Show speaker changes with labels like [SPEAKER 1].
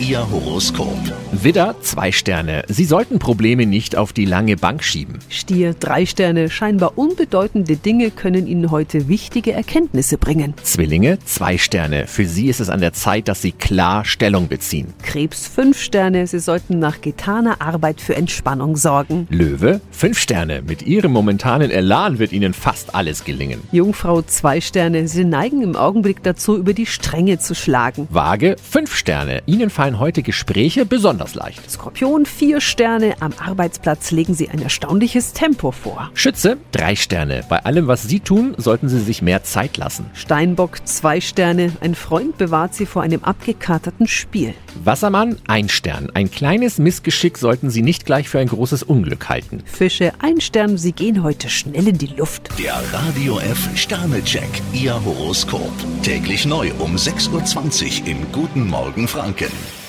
[SPEAKER 1] Ihr Horoskop.
[SPEAKER 2] Widder, zwei Sterne. Sie sollten Probleme nicht auf die lange Bank schieben.
[SPEAKER 3] Stier, drei Sterne, scheinbar unbedeutende Dinge können Ihnen heute wichtige Erkenntnisse bringen.
[SPEAKER 2] Zwillinge, zwei Sterne. Für Sie ist es an der Zeit, dass Sie klar Stellung beziehen.
[SPEAKER 3] Krebs, fünf Sterne, Sie sollten nach getaner Arbeit für Entspannung sorgen.
[SPEAKER 2] Löwe, fünf Sterne. Mit Ihrem momentanen Elan wird Ihnen fast alles gelingen.
[SPEAKER 3] Jungfrau, zwei Sterne, Sie neigen im Augenblick dazu, über die Stränge zu schlagen.
[SPEAKER 2] Waage, fünf Sterne. Ihnen fallen heute Gespräche besonders leicht.
[SPEAKER 3] Skorpion, vier Sterne, am Arbeitsplatz legen Sie ein erstaunliches Tempo vor.
[SPEAKER 2] Schütze, drei Sterne. Bei allem, was Sie tun, sollten Sie sich mehr Zeit lassen.
[SPEAKER 3] Steinbock, zwei Sterne, ein Freund bewahrt Sie vor einem abgekaterten Spiel.
[SPEAKER 2] Wassermann, ein Stern. Ein kleines Missgeschick sollten Sie nicht gleich für ein großes Unglück halten.
[SPEAKER 3] Fische, ein Stern, Sie gehen heute schnell in die Luft.
[SPEAKER 1] Der Radio F Sternecheck. Ihr Horoskop. Täglich neu um 6.20 Uhr im Guten Morgen Franken.